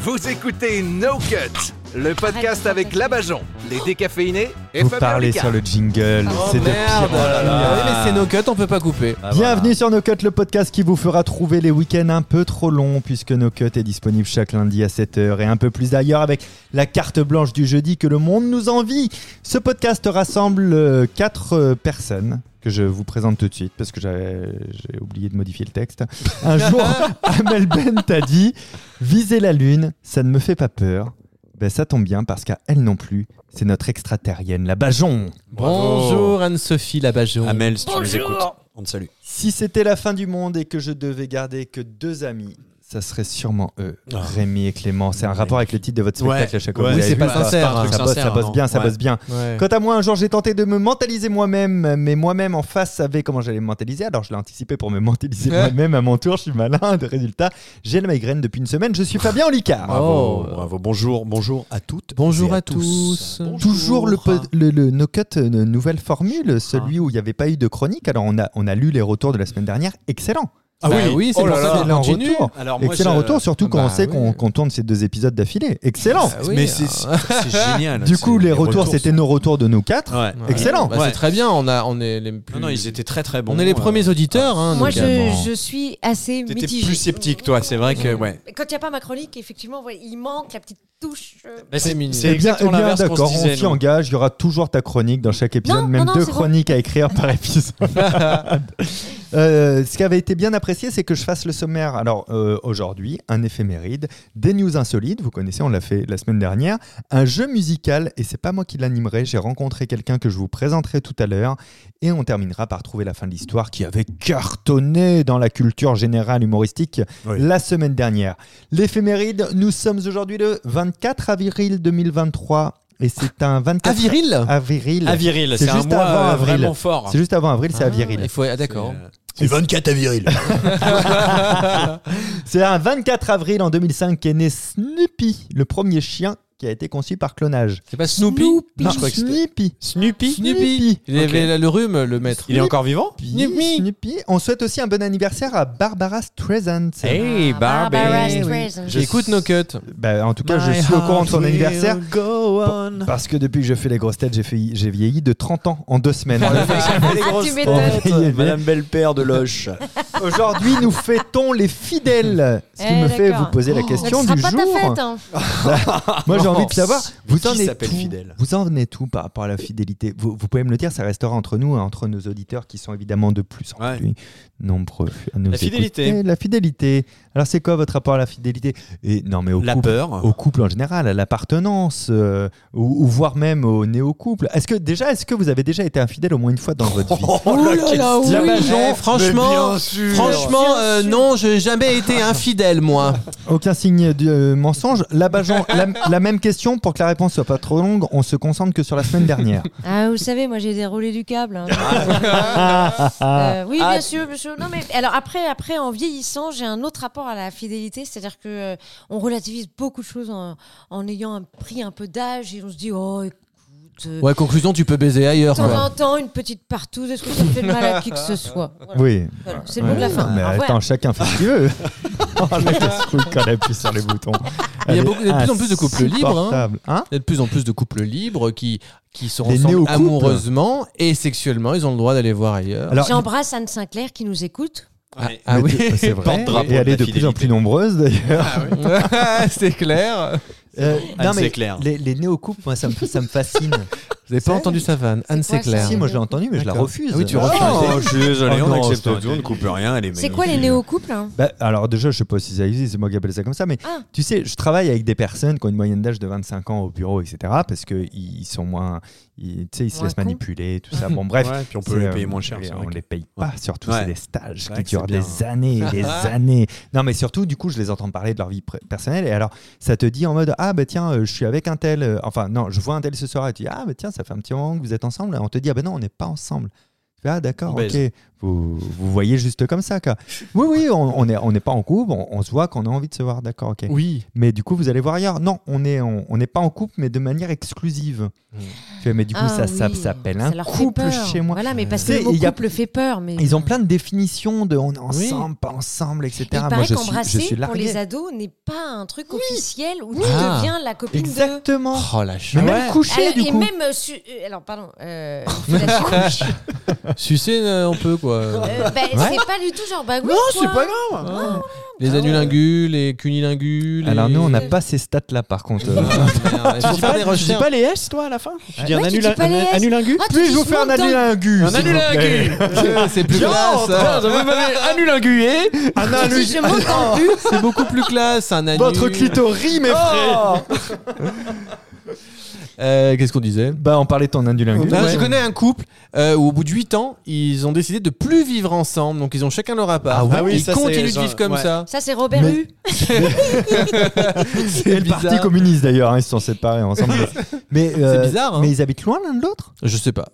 Vous écoutez No Cut, le podcast avec Labajon, les décaféinés et Vous Fabien Oh, parlez Olicard. sur le jingle, c'est de pire en Oui, Ah, pire. mais c'est Ah. nos cuts, on peut pas couper. Bienvenue sur No Cut, le podcast qui vous fera trouver les week-ends un peu trop longs, puisque No Cut est disponible chaque lundi à 7h et un peu plus d'ailleurs avec la carte blanche du jeudi que le monde nous envie. Ce podcast rassemble euh, quatre euh, personnes que je vous présente tout de suite, parce que j'avais- j'ai oublié de modifier le texte. Un jour, Amel Ben t'a dit Viser la Lune, ça ne me fait pas peur. Ben, ça tombe bien parce qu'à elle non plus, c'est notre extraterrienne, la Bajon. Bonjour Anne-Sophie Labajon. Ah. Amel, si tu nous écoutes, on te salue. Si c'était la fin du monde et que je devais garder que deux amis, ça serait sûrement eux, Ah. Rémi et Clément. C'est un rapport avec le titre de votre spectacle Ouais. à chaque fois. Ouais, Vous oui, avez c'est vu pas ça Ça, sincère, hein. bosse, ça Sincère, bosse non. bien, ça Ouais. bosse bien. Ouais. Quant à moi, un jour, j'ai tenté de me mentaliser moi-même, mais moi-même en face savait comment j'allais me mentaliser. Alors, je l'ai anticipé pour me mentaliser Ouais. moi-même à mon tour. Je suis malin. De résultat, j'ai la migraine depuis une semaine. Je suis Fabien Olicard. Oh. Bravo, bravo. Bonjour, bonjour à toutes. Bonjour et à tous. Toujours le, pod- le, le No Cut, euh, nouvelle formule, Ah. celui où il n'y avait pas eu de chronique. Alors, on a, on a lu les retours de la semaine dernière. Excellent. Ah Bah oui, oui, c'est oh pour là ça là. qu'on Excellent continue. retour. Alors, moi, Excellent je- Ah retour, surtout quand Bah on sait oui. qu'on qu'on tourne ces deux épisodes d'affilée. Excellent. Bah oui, mais hein. Ah c'est c'est génial. du C'est- coup, les, retours, c'était nos retours de nous quatre. sont- Ouais. Ouais. Excellent. Bah, Ouais. C'est très bien, on, a, on est les plus. Non, non, ils étaient très très bons. on est les Euh, premiers auditeurs. hein, Moi, donc, je, euh, je suis assez T'étais mitigée. plus sceptique, toi. C'est vrai que, ouais. Quand il n'y a pas ma chronique, effectivement, voilà, il manque la petite touche. euh, c'est mignon. C'est Eh bien, exactement eh bien, l'inverse qu'on se d'accord, on disait, s'y nous. engage. Il y aura toujours ta chronique dans chaque épisode, Non, même non, non, deux c'est bon. chroniques à écrire par épisode. Euh, ce qui avait été bien apprécié, c'est que je fasse le sommaire. Alors euh, aujourd'hui, un éphéméride, des news insolites, vous connaissez, on l'a fait la semaine dernière, un jeu musical, et c'est pas moi qui l'animerai, j'ai rencontré quelqu'un que je vous présenterai tout à l'heure, et on terminera par trouver la fin de l'histoire qui avait cartonné dans la culture générale humoristique Oui. la semaine dernière. L'éphéméride, nous sommes aujourd'hui le 24 avril 2023, et c'est un 24 Aviril avril. Aviril, C'est c'est un juste mois avant euh, avril. vraiment fort. C'est juste avant avril, c'est aviril. Il faut... ah, D'accord. Euh, C'est 24 avril. C'est un 24 avril en 2005 qu'est né Snoopy, le premier chien qui a été conçu par clonage. C'est pas Snoopy Non, Non, je crois que c'était- Snoopy. Snoopy Snoopy. Snoopy. Il avait la- le rhume, le maître. Il est encore vivant Snoopy. On souhaite aussi un bon anniversaire à Barbara Streisand. Hey, Ah, Barbie. Barbara Eh oui. Streisand. Je- J'écoute nos cuts. Bah, en tout cas, je suis au courant de son anniversaire. Parce que depuis que je fais les grosses têtes, j'ai fait- j'ai vieilli de 30 ans en deux semaines. Ah, tu m'étonnes. Madame Belle-Père de Loche. Aujourd'hui, nous fêtons les fidèles. Ce qui Eh, me fait d'accord. vous poser la Ça ne question sera du pas jour. ta fête. hein. Moi, j'ai Non. envie de savoir, vous Qui en êtes s'appelle tout, fidèle Vous en venez tout par rapport à la fidélité. Vous, vous pouvez me le dire, ça restera entre nous, hein, entre nos auditeurs qui sont évidemment de plus en Ouais. plus nombreux. à nous La écouter. fidélité. La fidélité. Alors, c'est quoi votre rapport à la fidélité Et non, mais au La couple. peur. Au couple en général, à l'appartenance, euh, ou, ou voire même au néo-couple. Est-ce que déjà, est-ce que vous avez déjà été infidèle au moins une fois dans votre vie là, oui. Eh, franchement, Franchement, euh, non, j'ai jamais été infidèle, moi. Aucun signe de euh, mensonge. Là, Bajan, la, la même question pour que la réponse soit pas trop longue. On se concentre que sur la semaine dernière. Ah, vous savez, moi, j'ai déroulé du câble. hein. Euh, oui, Ah. bien sûr, bien sûr. Non, mais alors après, après, en vieillissant, j'ai un autre rapport à la fidélité, c'est-à-dire que euh, on relativise beaucoup de choses en, en ayant un- pris un peu d'âge et on se dit oh écoute. euh, Ouais, conclusion, tu peux baiser ailleurs. De temps quoi. en temps, une petite partout, est-ce que ça fait de mal à qui que ce soit Voilà. Oui. Voilà, C'est le mot de la Ouais, fin. Mais Au revoir. attends, chacun fait ce qu'il veut. oh, la casse-couille quand elle appuie sur les boutons. Il y a Elle beaucoup- est de plus en plus de couples libres, hein. insupportable. Hein Il y a de plus en plus de couples libres qui, qui se Les rencontrent néo-couples. amoureusement et sexuellement. Ils ont le droit d'aller voir ailleurs. Alors, J'embrasse Anne Sinclair qui nous écoute. ah mais oui, tu- c'est vrai. Porte-drapeau Et elle de la est de plus en fidélité. plus nombreuse Ah, d'ailleurs. c'est clair. Euh, Anne, non, mais c'est clair. Les, les néo-coupes, moi, ça me, ça me fascine. Vous n'avez pas entendu sa vanne, Anne quoi, Séclair. ça si, moi, je l'ai entendu, mais je la D'accord. refuse. Ah oui, tu Ah, refuses. non. je suis désolé, Oh on non, accepte c'est- tout, on ne coupe rien. elle est C'est quoi les magnifique. néo-couples hein Bah, alors déjà, je sais pas si ça existe, c'est moi qui appelle ça comme ça, mais Ah. tu sais, je travaille avec des personnes qui ont une moyenne d'âge de 25 ans au bureau, etc., parce qu'ils sont moins... Ils, tu sais, ils se Moins laissent cons. manipuler, tout ça. Bon, bref. Ouais, puis on peut C'est, les euh, payer moins cher. et c'est On vrai. les paye pas, surtout Ouais. c'est des stages vrai qui que c'est durent bien, des années et des années. Non, mais surtout, du coup, je les entends parler de leur vie pr- personnelle. Et alors, ça te dit en mode Ah, bah tiens, euh, je suis avec un tel. euh, enfin, non, je vois un tel ce soir. Et tu dis Ah, bah tiens, ça fait un petit moment que vous êtes ensemble. Et on te dit Ah, bah non, on n'est pas ensemble. Tu fais, Ah, d'accord, On ok. baise. vous, vous voyez juste comme ça. Quoi. Oui, oui, on on est- on n'est pas en couple, on, on se voit qu'on a envie de se voir, d'accord, ok. Oui. Mais du coup, vous allez voir ailleurs. Non, on est on on n'est pas en couple, mais de manière exclusive. Mm. Tu vois, Mais du coup, Ah ça, ça oui. s'appelle Ça un leur fait couple peur. chez moi. Voilà, mais parce que C'est- le mot il y a- couple fait peur. Mais Ils ont plein de définitions de on est Oui. ensemble, pas ensemble, etc. Il Moi, paraît je suis, je qu'embrasser suis pour largué. les ados n'est pas un truc officiel où tu Ah. deviens la copine de. Exactement. Oh la Mais chance. même coucher, Alors, du et coup. même euh, su- euh, alors pardon euh, une fellation, Sucer, euh, on peut quoi. euh, bah, c'est pas du tout genre bah oui non c'est pas grave Ah. Les annulingules, les cunilingules. Alors nous, on n'a Et- pas ces stats là, par contre. Il faut faire des recherches. les S, toi, à la fin Tu dis Ouais, tu dis pas les S. annulingus ah, Puis je vous fais un annulingus. Un annulingue C'est plus classe. hein. Annulingué Un je monte dans le but Oh. C'est beaucoup plus classe, un Oh. annulingue. Votre clitoris, mes frères. Euh, Qu'est-ce qu'on disait Bah, on parlait de ton annulingus. Non, Je connais un couple euh, où au bout de 8 ans, ils ont décidé de plus vivre ensemble, donc ils ont chacun leur appart. Ah ouais. Ah oui, ils ça, c'est continuent de genre- vivre comme ouais. ça. ça c'est Robert Mais- Hue Et le parti bizarre. communiste d'ailleurs, hein, ils se sont séparés ensemble. Mais, euh, C'est bizarre, hein. Mais ils habitent loin l'un de l'autre. Je sais pas.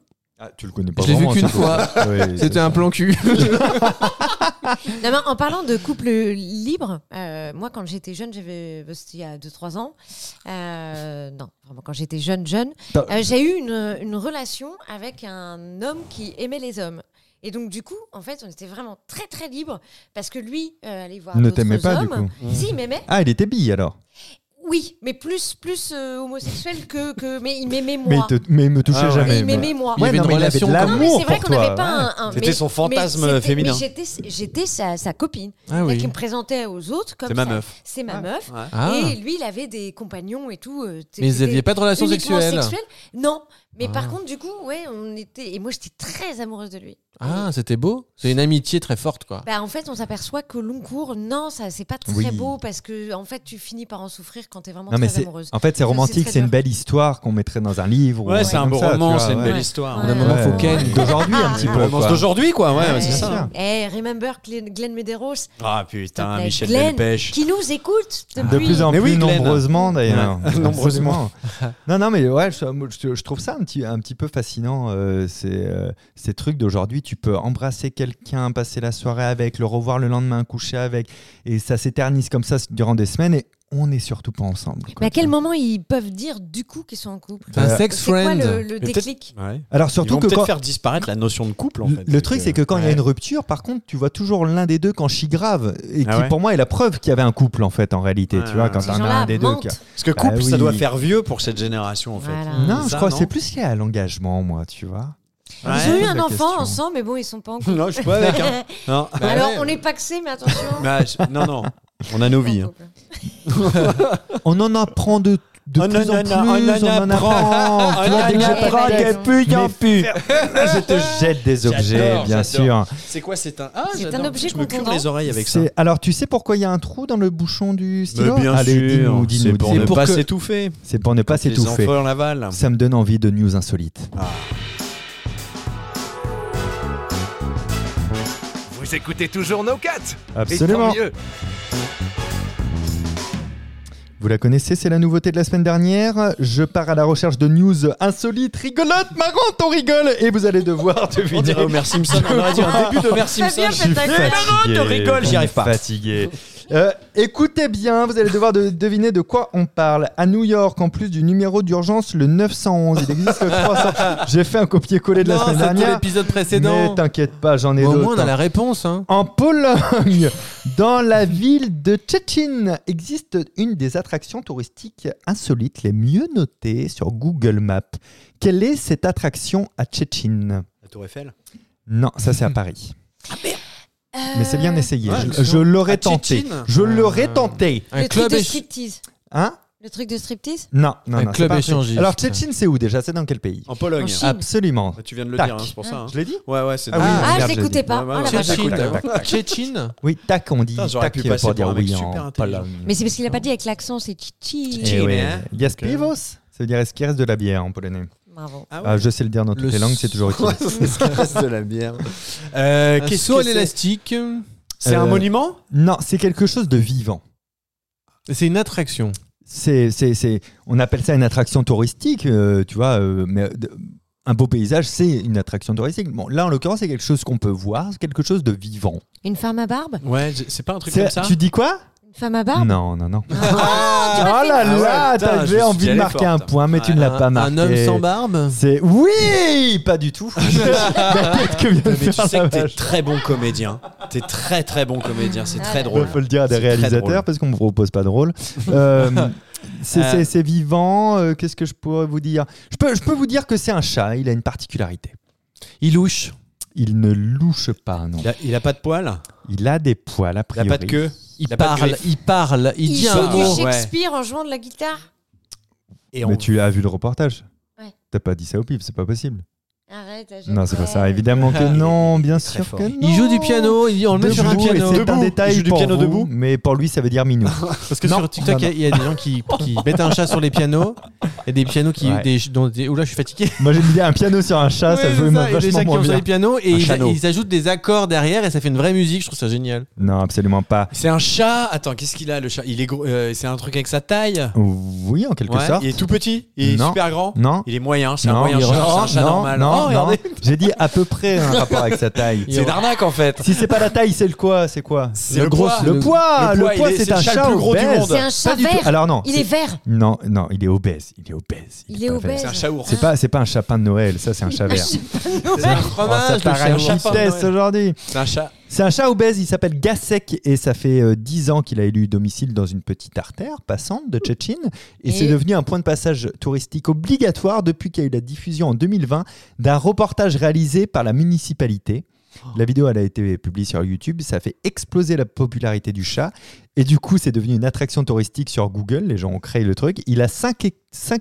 tu le connais pas Je l'ai vu vraiment, qu'une c'est pour fois. C'était un plan cul. Non, mais en parlant de couple libre, euh, moi quand j'étais jeune, j'avais bah, c'était il y a 2-3 ans. Euh, non, vraiment quand j'étais jeune, jeune, T'as- euh, j'ai eu une, une relation avec un homme qui aimait les hommes. Et donc du coup, en fait, on était vraiment très très libre parce que lui euh, allait voir Ne d'autres t'aimait pas, du hommes. coup. Si, il m'aimait. Ah, il était bi alors. Oui, mais plus plus euh, homosexuel que que mais il m'aimait moi. Mais il, te- mais il me touchait Ah ouais. Mais jamais. il m'aimait moi. Il y avait une non, mais il avait de relation quand Non, mais l'amour c'est vrai pour qu'on n'avait toi. pas ouais. un. un- C'était mais- son fantasme mais c'était- féminin. mais J'étais j'étais sa, sa copine. Ah qui me présentait aux autres comme C'est ma ça. meuf. C'est ma meuf. Ah. Et lui, il avait des compagnons et tout. euh, t- Mais ils c'était n'aviez pas de relation uniquement sexuelle. sexuel. Non. Mais Ah. par contre, du coup, ouais, on était. Et moi, j'étais très amoureuse de lui. Ah, c'était beau. C'est une amitié très forte, quoi. Bah, en fait, on s'aperçoit qu'au long cours, non, ça, c'est pas très Oui. beau parce que, en fait, tu finis par en souffrir quand t'es vraiment Non, mais très c'est- amoureuse. en fait, c'est C'est romantique, très c'est une dur. belle histoire qu'on mettrait dans un livre. ou Ouais, c'est un truc beau comme ça, roman, tu vois, c'est une ouais. belle histoire. Ouais. Un Un moment, Ouais. faut ken. D'aujourd'hui, un petit peu. Romance quoi. d'aujourd'hui, quoi, Ah ouais, Ouais. c'est ça. Eh, remember Glenn, Glenn Medeiros, Ah putain, Glenn, Michel Glenn, Delpech. qui nous écoute De depuis. plus en Mais plus oui, Glenn. nombreusement d'ailleurs. Ouais. Nombreusement. Absolument. non, non, mais ouais, je, moi, je- je trouve ça un petit, un petit peu fascinant. euh, ces, euh, ces trucs d'aujourd'hui, tu peux embrasser quelqu'un, passer la soirée avec, le revoir le lendemain, coucher avec, et ça s'éternise comme ça durant des semaines. Et on n'est surtout pas ensemble. quoi. Mais à quel moment ils peuvent dire du coup qu'ils sont en couple Un Euh, sex C'est quoi friend. le, le Mais peut-être- déclic Ouais. Alors Ils surtout vont que peut-être quand- faire disparaître la notion de couple, en fait. Le truc, c'est que quand il y a ouais. une rupture, par contre, tu vois toujours l'un des deux quand chie grave. Et Ah qui, ouais pour moi, est la preuve qu'il y avait un couple, en fait, en réalité. Ouais, tu vois, ouais, ouais. quand Ces t'en as gens-là un des deux. mentent. qui a- Parce que Bah couple, ça oui. doit faire vieux pour cette génération, en fait. Voilà. Non, je Ça, crois que non c'est plus lié à l'engagement, moi, tu vois. Ouais. Ils ont eu pose un la enfant question. ensemble, mais bon, ils sont pas en couple. Non, je suis pas avec. Hein. Non. Bah Alors, ouais. on est paxé, mais attention. ah, Bah, je- non, non. On a nos vies. En hein. couple. On en apprend de, de On plus en en plus. apprend, on On en en apprend. Tu vois, dès que en je- apprend de plus en plus. Ah, je te jette des objets, J'adore, bien sûr. j'adore. C'est quoi C'est un. Ah, C'est j'adore. un objet Je me cure contondant. les oreilles avec ça. C'est- Alors, tu sais pourquoi il y a un trou dans le bouchon du stylo Mais bien Allez, sûr, dis-nous, c'est dis-nous. pour dis-nous. ne pour pas que- s'étouffer. C'est pour ne pas Les s'étouffer. enfants l'aval. Ça me donne envie de news insolites. Vous écoutez toujours No Cut Absolument. Et tant mieux. Vous la connaissez, c'est la nouveauté de la semaine dernière. Je pars à la recherche de news insolites, rigolotes, marrantes, on rigole et vous allez devoir On deviner. dirait Homer Simpson. On aurait dit un début d'Homer Simpson. bien Je suis fait ta gueule. fatigué. Marrante, on rigole, j'y arrive pas. Fatigué. Euh, écoutez bien, vous allez devoir de- deviner de quoi on parle. À New York, en plus du numéro d'urgence, le 911, il existe le 300. J'ai fait un copier-coller de la Non, semaine c'était dernière. l'épisode Mais précédent. t'inquiète pas, j'en ai Au d'autres. moins, on a la réponse. Hein. En Pologne, dans la ville de Tchétchine, existe une des attractions touristiques insolites les mieux notées sur Google Maps. Quelle est cette attraction à Tchétchine La Tour Eiffel. Non, ça c'est à Paris. Euh, Mais c'est bien essayé. Ouais, je je l'aurais À tenté. Tchétchine Je l'aurais Euh, tenté. Le Un truc club de éch- striptease. Hein Le truc de striptease Non, non, Un non. c'est club pas un échangiste. truc. Alors Tchétchine, c'est où déjà C'est dans quel pays En Pologne. En Chine. Absolument. Ah, Tu viens de le Tac. dire, hein, c'est pour ça. hein. Je l'ai dit Ouais, ouais, c'est Ah oui. dingue. Ah, je merde, j'ai l'écoutais dit. pas. Ouais, ouais, Oh, la j'ai vache. dit. Tchétchine. Tac, tac, tac, tac. Tchétchine. Oui, tac, on dit Putain, j'aurais tac pu passer pour dire pour un mec oui super en intelligent. Pologne. Mais c'est parce qu'il a pas dit avec l'accent, c'est chichi. Eh ouais. hein. Yes, pivos. Ça veut dire est-ce qu'il reste de la bière en polonais Bravo. Ah ouais. Ah, Je sais le dire dans toutes Le les langues, c'est toujours utile. ce qui reste de la bière. Euh, Un qu'est-ce saut que à c'est l'élastique. C'est un Euh, monument Non, c'est quelque chose de vivant. C'est une attraction. C'est, c'est, c'est, on appelle ça une attraction touristique, euh, tu vois, euh, mais euh, de- un beau paysage, c'est une attraction touristique. Bon, là, en l'occurrence, c'est quelque chose qu'on peut voir, c'est quelque chose de vivant. Une femme à barbe Ouais, je- c'est pas un truc C'est- comme ça Tu dis quoi Une femme à barbe Non, non, non. Ah. m'as Ah, fait là une- là, putain, t'as- je j'ai suis envie de allé marquer fort, un putain. point, mais tu ne l'as pas marqué. Un homme sans barbe C'est oui, pas du tout. Peut-être que vient de Mais tu faire sais la que t'es vache. très bon comédien. T'es très très bon comédien, Ah, c'est très Il drôle. faut le dire à des C'est très drôle. réalisateurs parce qu'on ne me propose pas de rôle. Euh, c'est- Euh. c'est c'est vivant. euh, Qu'est-ce que je pourrais vous dire je peux, je peux vous dire que c'est un chat. Il a une particularité. Il louche. Il ne louche pas, non. Il a, il a pas de poils, Il a des poils, a il a priori. pas de queue, Il a pas de parle, griffes. il parle, il Il dit joue un saute du mot. ouais. Shakespeare en jouant de la guitare Et Mais on- tu as vu le reportage Ouais. T'as pas dit ça au pif, c'est pas possible. Arrête, j'ai Non, c'est pas peur. ça. Évidemment que non, bien sûr fort. que non. Il joue du piano, il dit, on le met sur un Debout, et piano. C'est un détail Il joue du pour piano vous, debout mais pour lui, ça veut dire minou. Parce que Non, sur TikTok, non, il y a- il y, a des gens qui, qui mettent un chat sur les pianos. Il y a des pianos qui. Ouais. Des, dont des- oula, je suis fatigué. Moi, j'ai dit un piano sur un chat, ça joue Ouais, c'est ça, il y a des vachement chats qui moins ont sur bien. les pianos et Un ils, chano. ils ajoutent des accords derrière et ça fait une vraie musique. Je trouve ça génial. Non, absolument pas. c'est un chat. Attends, qu'est-ce qu'il a le chat Il est gros. euh, c'est un truc avec sa taille. Oui, en quelque Ouais, sorte. Il est tout petit. Il est Non. super grand. Non. Il est moyen. C'est un Non, moyen il- chat. C'est un chat non, normal. non, Oh, non. regardez. J'ai dit à peu près un rapport avec sa taille. C'est une arnaque en fait. Si c'est pas la taille, c'est le quoi C'est quoi C'est le poids. Le poids. Le Le poids, poids, il est- c'est c'est un le chat le chat plus gros du obèse. monde. C'est un chat Pas du tout. vert. Alors non. Il c'est- est vert. Non, non, il est obèse. Il est obèse. Il est pas obèse. C'est un chat ours. C'est pas, c'est pas un chapin de Noël. Ça, c'est un Ah, chat vert. C'est un fromage, Oh, ça le chat paraît un ours. petit test aujourd'hui. C'est un chat. C'est un chat obèse, il s'appelle Gasek et ça fait euh, 10 ans qu'il a élu domicile dans une petite artère passante de Tchétchine et, Et- c'est devenu un point de passage touristique obligatoire depuis qu'il y a eu la diffusion en 2020 d'un reportage réalisé par la municipalité. La vidéo elle a été publiée sur YouTube, ça a fait exploser la popularité du chat et du coup c'est devenu une attraction touristique sur Google, les gens ont créé le truc. Il a 5,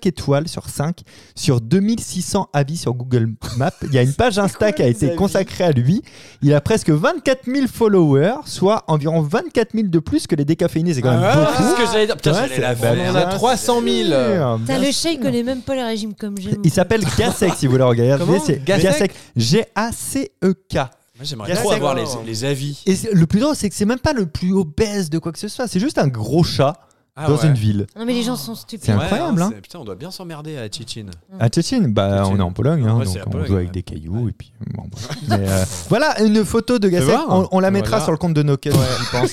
étoiles sur 5 sur 2600 avis sur Google Maps. Il y a une page Insta qui a été consacrée à lui. Il a presque 24 000 followers, soit environ 24 000 de plus que les décaféinés. C'est quand même Ah, beaucoup. c'est ce que j'allais dire. Putain, Ouais, j'allais c'est- la bah, Ah, faire. On a 300 000. Bien T'as le sûr. chat, il connaît même pas les régimes comme j'ai. mon Il s'appelle Gasek si vous voulez regarder. Comment C'est Gasek Gasek. G-A-C-E-K. Moi, j'aimerais Gasset. trop avoir les, les avis. E Et c'est- le plus drôle, c'est que c'est même pas le plus obèse de quoi que ce soit. C'est juste un gros chat Ah dans ouais. une ville. Non mais les gens sont C'est stupides. Ouais, incroyable, hein, hein. c'est- Putain, on doit bien s'emmerder à Tchétchine. À Tchétchine, bah, Tchétchine. on est en Pologne, hein, Ouais, donc c'est la on Pologne, joue avec ouais. des cailloux. Et puis, bon, bref. Mais, euh, voilà une photo de Gasset. voir. On, on la mettra Voilà. sur le compte de Nokia, je pense. Mais non,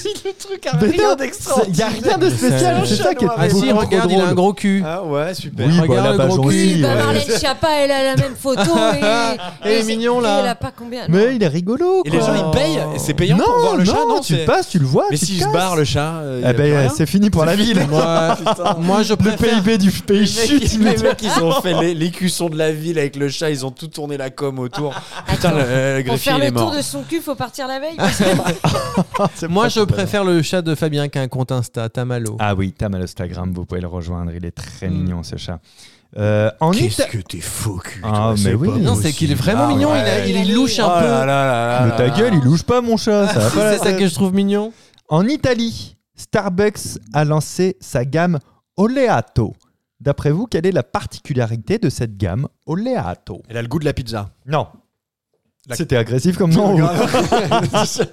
c'est- Il y a rien de spécial. C'est- C'est ça qui est Ah si, beaucoup trop regarde, il a drôle. un gros cul. Ah ouais, super. Oui, bah, Regarde la le page gros aussi, Oui, bah ouais. Marlène Schiappa, elle a la même photo et, Elle est mignon, là. Elle a pas combien. Mais il est rigolo. Et les quoi. gens, ils payent et C'est payant Oh. non, pour voir le non, chat Non, tu c'est- passes, tu le vois. Mais tu s'il te se casses. barre le chat, euh, y a Eh ben, plus rien. c'est fini pour la ville. Moi, moi, je Le préfère. PIB du pays chute Les mecs, les immédiatement. mecs, ils ont fait les- l'écusson de la ville avec le chat, ils ont tout tourné la com autour. Putain, le, le Pour greffier, faire il est le mort. tour de son cul, faut partir la Ah. veille. Moi, je préfère le chat de Fabien qu'un compte Insta, Tamalo. Ah oui, Tam à l'Instagram, vous pouvez le rejoindre. Il est Mm. très mignon ce chat. Euh, en Ita- que t'es faux cul. Ah, toi, mais c'est oui. pas non, c'est qu'il est vraiment Ah mignon, il a- ouais. il, est louche un Ah Oh peu. là là là là Mais ta là. gueule, il louche pas mon chat. ça va pas la C'est ça tête. que je trouve mignon. En Italie, Starbucks a lancé sa gamme Oleato. D'après vous, quelle est la particularité de cette gamme Oleato Elle a le goût de la pizza. Non. La- C'était agressif comme nom. ou- Euh,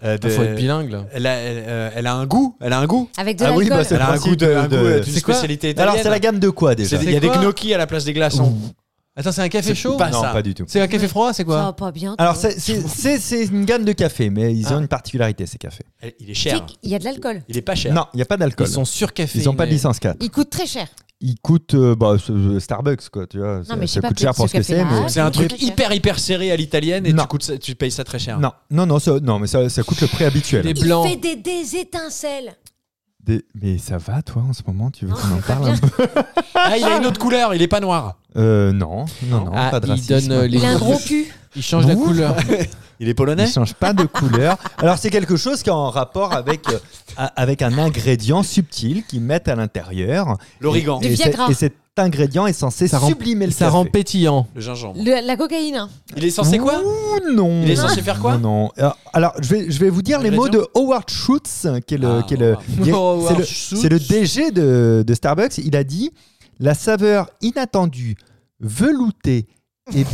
Ah, de- Il faut être bilingue. là. Elle a, elle, euh, elle a un goût, elle a un goût. Avec de Ah oui, l'alcool. bah, c'est- Elle a un principe goût de- de- un goût, euh, d'une C'est quoi spécialité italienne. Alors, c'est la gamme de quoi déjà C'est- Il y a C'est des quoi gnocchis à la place des glaçons. Attends, c'est un café chaud pas Non, ça. pas du tout. C'est un café froid, c'est Ça quoi va pas bien. toi. Alors, c'est- c'est c'est- c'est une gamme de café, mais ils Ah. ont une particularité, ces cafés. Elle- Il est cher. Tic, Il y a de l'alcool. Il est pas cher. Non, il n'y a pas Ils d'alcool. sont surcafés. Ils n'ont pas de licence 4. Il coûte très cher. Ils coûtent euh, bah, ce- ce Starbucks, quoi, tu vois. ça- mais je sais ça pas, coûte cher peut-être pour ce ce que c'est, café-là, mais... hein. C'est un Il est truc pas cher. hyper hyper serré à l'italienne et Non. tu, coûtes ça- tu payes ça très cher. Non, non, non, ça- non, mais ça, ça coûte le prix habituel. Des Il blancs. fait des, des étincelles. Des- Mais ça va, toi, en ce moment Tu veux Non, qu'on en c'est pas parle bien. un peu Ah, il a une autre couleur, il est pas noir. Euh, non, non, non, Ah, pas de il racisme. donne euh, les. Il a un gros cul. Il change la Ouh. couleur. Il est polonais. Il change pas de couleur. Alors c'est quelque chose qui est en rapport avec euh, a- avec un ingrédient subtil qu'ils mettent à l'intérieur. L'origan, Du Et, c'est- Viagra. et cet ingrédient est censé Ça rend- sublimer le Ça café. rend pétillant. le gingembre. Le- la cocaïne. hein. Il est censé quoi Ouh, Non. Il est censé faire quoi Non, non. Alors, Alors, je vais, je vais vous dire les mots de Howard Schultz, qui est le, Ah, qui est le, Howard. qui est- Howard c'est le- Schultz. c'est le DG de, de Starbucks. Il a dit la saveur inattendue, veloutée et,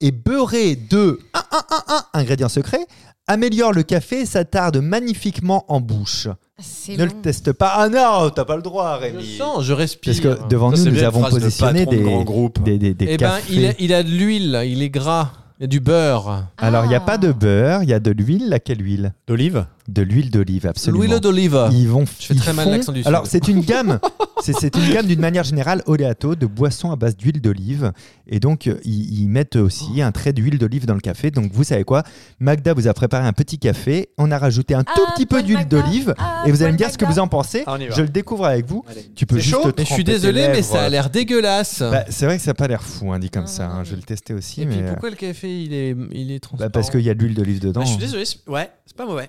et beurrée de 1, 1, 1, 1, ingrédient secret améliore le café et s'attarde magnifiquement en bouche. C'est Ne le long. teste pas. Ah non, t'as pas le droit, Je Rémi. Ah, sens, je respire. Parce que devant Ça, nous, c'est nous bien une avons phrase de positionné patron de des, grand groupe. des, des, des Eh ben, cafés. il a, il a de l'huile, il est gras, il y a du beurre. Alors, il n'y a Ah. pas de beurre, il y a de l'huile. Laquelle huile D'olive De l'huile d'olive, absolument. L'huile Ah, d'olive. Ils vont. Je fais très ils mal font- l'accent du Alors sud. c'est une gamme, c'est c'est une gamme d'une manière générale oleato de boissons à base d'huile d'olive et donc euh, ils, ils mettent Oh. aussi un trait d'huile d'olive dans le café. Donc vous savez quoi, Magda vous a préparé un petit café, on a rajouté un tout Ah, petit peu Paul d'huile Magda. d'olive Ah, et vous allez Paul me dire ce que Magda. vous en pensez. Ah, on y va. Je le découvre avec vous. Tu peux C'est juste. chaud tremper Mais je suis tes désolé, lèvres. mais ça a l'air dégueulasse. euh. Bah, c'est vrai que ça n'a pas l'air fou, hein, dit comme Non, ça. non, hein. Ah. non. Je le testais aussi, Et mais puis euh, pourquoi le café il est, il est transparent bah, parce qu'il y a de l'huile d'olive dedans. Ah, je suis désolé, c'est- ouais, c'est pas mauvais.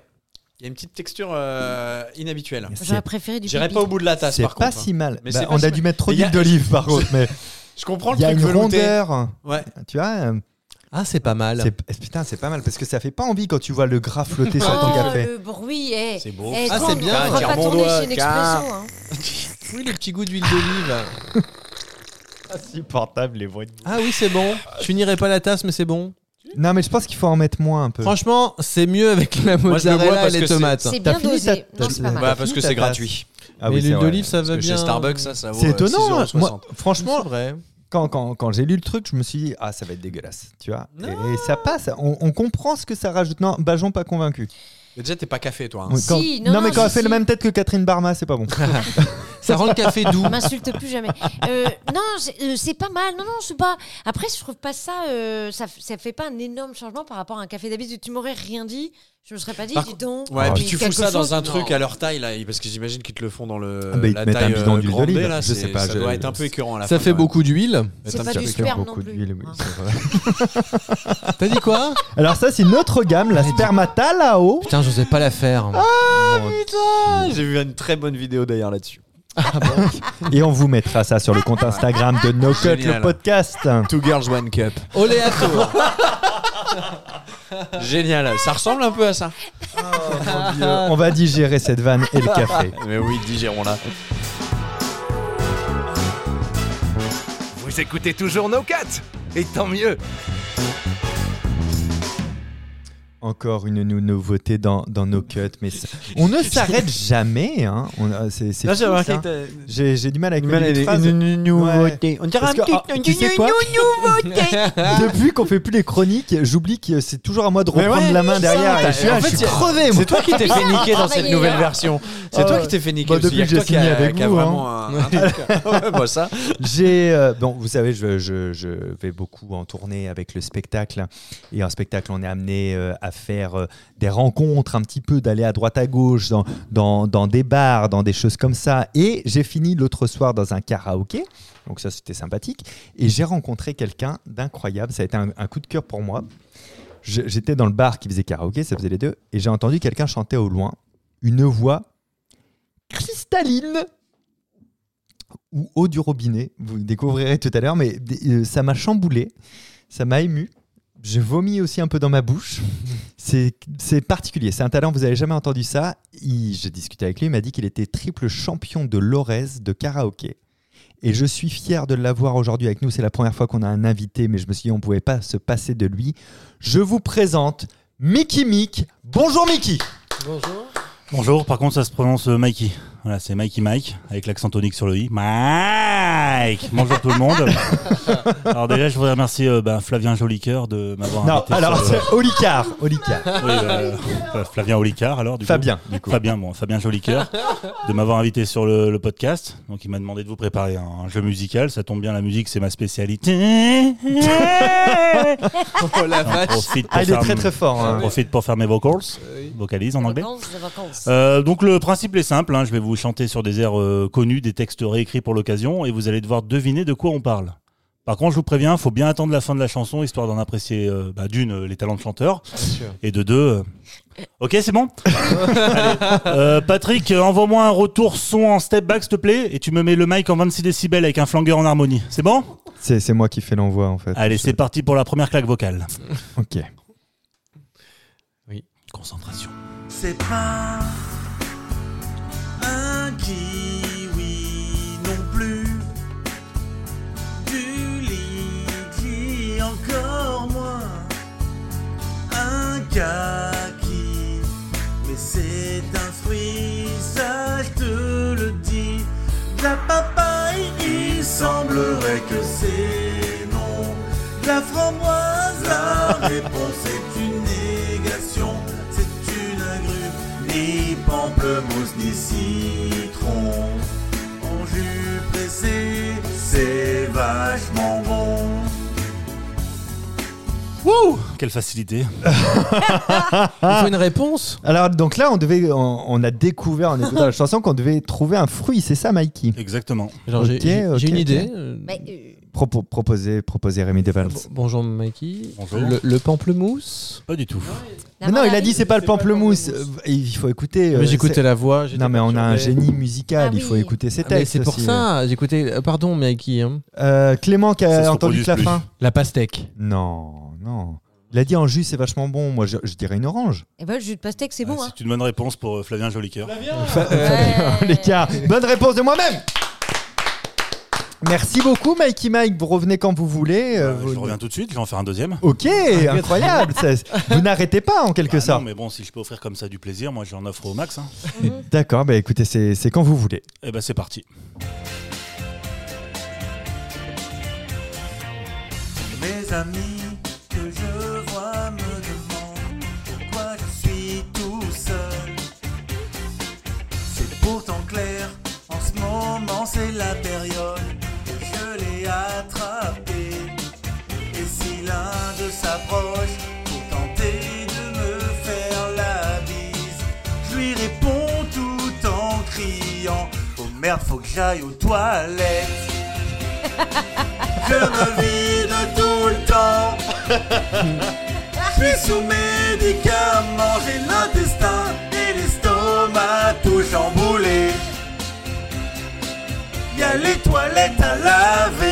Il y a une petite texture euh, inhabituelle. C'est- J'aurais préféré du J'irai pipi. pas au bout de la tasse C'est par pas contre. hein. si mal. Mais Bah, c'est pas on si a mal. dû mettre trop Mais il y a- d'huile d'olive par contre, mais Je comprends le il y a truc une velouté. rondeur. Ouais. Tu vois, euh, Ah, c'est pas mal. C'est- eh, Putain, c'est pas mal parce que ça fait pas envie quand tu vois le gras flotter sur ton Oh, café. le bruit, eh. C'est beau. Eh, Ah, quand c'est on bien. va Tiens, pas mon tourner doigt, chez tiens. Nespresso, hein. Oui, le petit goût d'huile d'olive. Insupportable les voix. Ah oui, c'est bon. Je finirai pas la tasse, mais c'est bon. Non, mais je pense qu'il faut en mettre moins un peu. Franchement, c'est mieux avec la Moi, je le bois mozzarella et parce que les c'est- tomates. C'est T'as bien fini ta- dosé. ta- Non, c'est pas ta- mal. Bah, parce que ta c'est tasse. gratuit. Ah Mais oui, l'huile c'est vrai. d'olive, ça va Parce que bien. chez Starbucks, ça, ça vaut. C'est euh, étonnant. hein. 6,60. Moi, franchement, C'est vrai. quand, quand, quand j'ai lu le truc, je me suis dit, ah, ça va être dégueulasse. Tu vois Et ça passe. On, on comprend ce que ça rajoute. Non, Bajon, pas convaincu. Mais déjà, t'es pas café, toi. hein. Oui, quand- Si, non, mais non, si, quand elle fait si. la même tête que Catherine Barma, c'est pas bon. Ça rend le café doux. On m'insulte plus jamais. Euh, non, c'est- euh, c'est pas mal. Non, non, c'est pas. Après, je trouve pas ça. euh, ça, f- ça fait pas un énorme changement par rapport à un café d'habitude. Tu m'aurais rien dit. Je me serais pas dit. Par dis donc. Ouais, Ah, puis mais tu fous quelque ça chose- dans un truc Non. à leur taille, là, parce que j'imagine qu'ils te le font dans le. Ah, bah, ils te la mettent un taille, bidon euh, d'huile grande d'olive, B, là, je sais c'est- pas, Ça je- doit être un peu écœurant à la fin, Ça fait quand même. beaucoup d'huile. C'est pas Ça du fait sperme non beaucoup plus. d'huile, oui, Hein. c'est vrai. T'as dit quoi Alors, ça, c'est notre gamme, la spermata là-haut. Putain, j'osais pas la faire. Bon, Ah, J'ai vu une très bonne vidéo d'ailleurs là-dessus. Et on vous mettra ça sur le compte Instagram de No Cut, Génial. le podcast. Two Girls One Cup. Oléato. Génial. Ça ressemble un peu à ça. On va digérer cette vanne et le café. Mais oui, digérons-la. Vous écoutez toujours No Cut Et tant mieux Encore une nou- nouveauté dans, dans nos cuts, mais ça- on ne s'arrête jamais. hein. On a- c'est c'est Là, fou, j'ai remarqué ça. que t'as- J'ai j'ai du mal avec du mal mes à les- phrases. une- une- une nouveauté. On dirait Parce un que, petit. ah, tu sais quoi Depuis qu'on fait plus les chroniques, j'oublie que c'est toujours à moi de Mais reprendre ouais, la main derrière. t'as- Et je suis là, en je fait, suis y a- crevé. moi. C'est toi qui t'es Ah, fait niquer dans cette nouvelle version. C'est Ah toi ouais. qui t'es fait niquer. Bah, aussi. depuis Y a que j'ai toi qui a- signé avec qui a vous, hein. vraiment un- un truc. Ouais, bah ça. J'ai euh, bon, vous savez, je, je- je vais beaucoup en tournée avec le spectacle et en spectacle, on est amené euh, à faire euh, des rencontres un petit peu, d'aller à droite à gauche dans, dans, dans des bars, dans des choses comme ça. Et j'ai fini l'autre soir dans un karaoké, donc ça c'était sympathique. Et j'ai rencontré quelqu'un d'incroyable. Ça a été un, un coup de cœur pour moi. Je- J'étais dans le bar qui faisait karaoké, ça faisait les deux, et j'ai entendu quelqu'un chanter au loin une voix cristalline ou eau du robinet. Vous découvrirez tout à l'heure, mais euh, ça m'a chamboulé, ça m'a ému. J'ai vomi aussi un peu dans ma bouche. C'est c'est particulier, c'est un talent, vous n'avez jamais entendu ça. Il- J'ai discuté avec lui, il m'a dit qu'il était triple champion de l'Orez de karaoké. Et je suis fier de l'avoir aujourd'hui avec nous. C'est la première fois qu'on a un invité, mais je me suis dit on ne pouvait pas se passer de lui. Je vous présente Mickey Mick. Bonjour Mickey Bonjour. Bonjour, par contre ça se prononce euh, Mikey. Voilà, c'est Mikey Mike, avec l'accent tonique sur le i. Mike Bonjour tout le monde. Alors déjà, je voudrais remercier euh, ben, Flavien Jolicoeur de m'avoir Non, invité. alors sur, euh, c'est Olicard, Olicard. oui, euh, euh, Flavien Olicard, alors du coup. Fabien, du coup. Fabien, bon, Fabien Jolicoeur, de m'avoir invité sur le, le podcast. Donc, il m'a demandé de vous préparer un jeu musical. Ça tombe bien, la musique, c'est ma spécialité. Oh la J'en vache. profite pour Ah, il est faire très m- très fort. hein. j'en profite pour faire mes vocals, vocalises en anglais. Vacances, vacances. Euh, donc le principe est simple, hein, je vais vous chanter sur des airs euh, connus, des textes réécrits pour l'occasion, et vous allez devoir deviner de quoi on parle. Par contre, je vous préviens, faut bien attendre la fin de la chanson, histoire d'en apprécier euh, bah, d'une euh, les talents de chanteur, et de deux. euh, Ok, c'est bon. Allez. Euh, Patrick, euh, envoie-moi un retour son en step back, s'il te plaît, et tu me mets le mic en 26 décibels avec un flangueur en harmonie. C'est bon C'est c'est moi qui fais l'envoi en fait. Allez, c'est parti pour la première claque vocale. Ok. Concentration. C'est pas un kiwi non plus. Du liqui encore moins. Un kaki Mais c'est un fruit, ça je te le dis. De la papaye, il semblerait que c'est non. De la framboise, la réponse est une négation. C'est une agrue, ni pamplemousse, ni citron. En jus pressé, c'est vachement bon. Quelle facilité. Il faut une réponse. Alors, donc là, on, devait, on, on a découvert en écoutant la chanson qu'on devait trouver un fruit, c'est ça, Mikey Exactement. Genre, j'ai- Ok, j'ai ok, j'ai une ok. idée. euh, Bah, euh, Propo- Proposer, proposer Rémi Devals. bon- bonjour Mikey. Bonjour. Le, le pamplemousse. Pas du tout. la Mais non, il a mandarine. dit c'est pas le pamplemousse. Euh, Il faut écouter. euh, Mais J'écoutais c'est- la voix. j'étais Non, mais on a un perturbé. génie musical, Ah il faut oui. écouter ses Ah, mais textes. C'est pour aussi. hein. ça. J'écoutais. euh, Pardon Mikey. hein. Euh, Clément qui Ça se a entendu que la reproduit fin. La pastèque. Non, non. Il a dit en jus, c'est vachement bon. Moi, je, je dirais une orange. Eh ben, le jus de pastèque, c'est Ah, bon. hein. C'est une bonne réponse pour euh, Flavien Jolicoeur. Ouais. Les gars, bonne réponse de moi-même. Merci beaucoup, Mikey Mike. Vous revenez quand vous voulez. euh, Euh, vous- je reviens tout de suite, je vais en faire un deuxième. Ok, incroyable. C'est- Vous n'arrêtez pas en quelque Bah sorte. Non, mais bon, si je peux offrir comme ça du plaisir, moi j'en offre au max. Hein. D'accord, bah écoutez, c'est c'est quand vous voulez. Eh ben c'est parti. Mes amis que je vois me demandent pourquoi je suis tout seul. C'est pourtant clair, en ce moment c'est la période, je l'ai attrapé. Et si l'un de s'approche pour tenter de me faire la bise, je lui réponds tout en criant Oh merde, faut que j'aille aux toilettes. Je me vide tout le temps. Je suis sous médicaments, j'ai l'intestin et l'estomac tout chamboulé. Y a les toilettes à laver.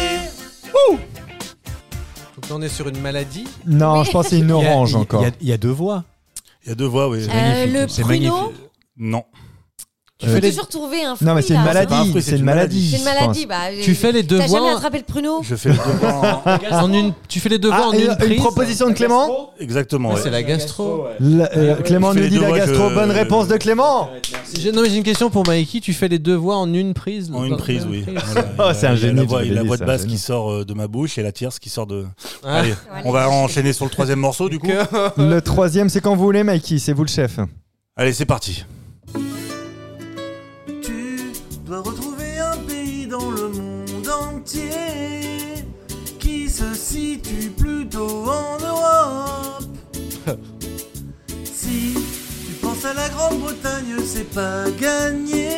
Donc là, on est sur une maladie. Non, je pense que c'est une Il y a- orange il y a- encore. Il y a- il y a deux voix. Il y a deux voix, oui. Euh, le pruneau, Non. tu peux fais les- toujours trouver un fruit. Non, mais c'est une là. pas un maladie. fruit, C'est une maladie. C'est une je pense. maladie. Bah, Tu fais les deux T'as jamais voix. attrapé le pruneau Je fais le deux voix. en- En une, tu fais les deux voix Ah, en et une, une, prise. proposition de Clément Exactement. Ah, ouais. c'est la gastro. La- euh, Clément Je fais nous les dit deux la voix, gastro. je- Bonne réponse de Clément. J'ai- Non, mais j'ai une question pour Mikey. Tu fais les deux voix en une prise En une dans- prise, dans oui. une prise. Voilà, il y a- Oh, c'est un il y a génie, La tu voix, l'as la dit, voix c'est de un basse génie. qui sort euh, de ma bouche et la tierce qui sort de. Ah. Allez, Allez. on va enchaîner sur le troisième morceau du coup. Le troisième, c'est quand vous voulez, Mikey. C'est vous le chef. Allez, c'est parti. Tu dois retrouver un pays dans le monde entier qui se situe plutôt en Europe. si tu penses à la Grande-Bretagne, c'est pas gagné.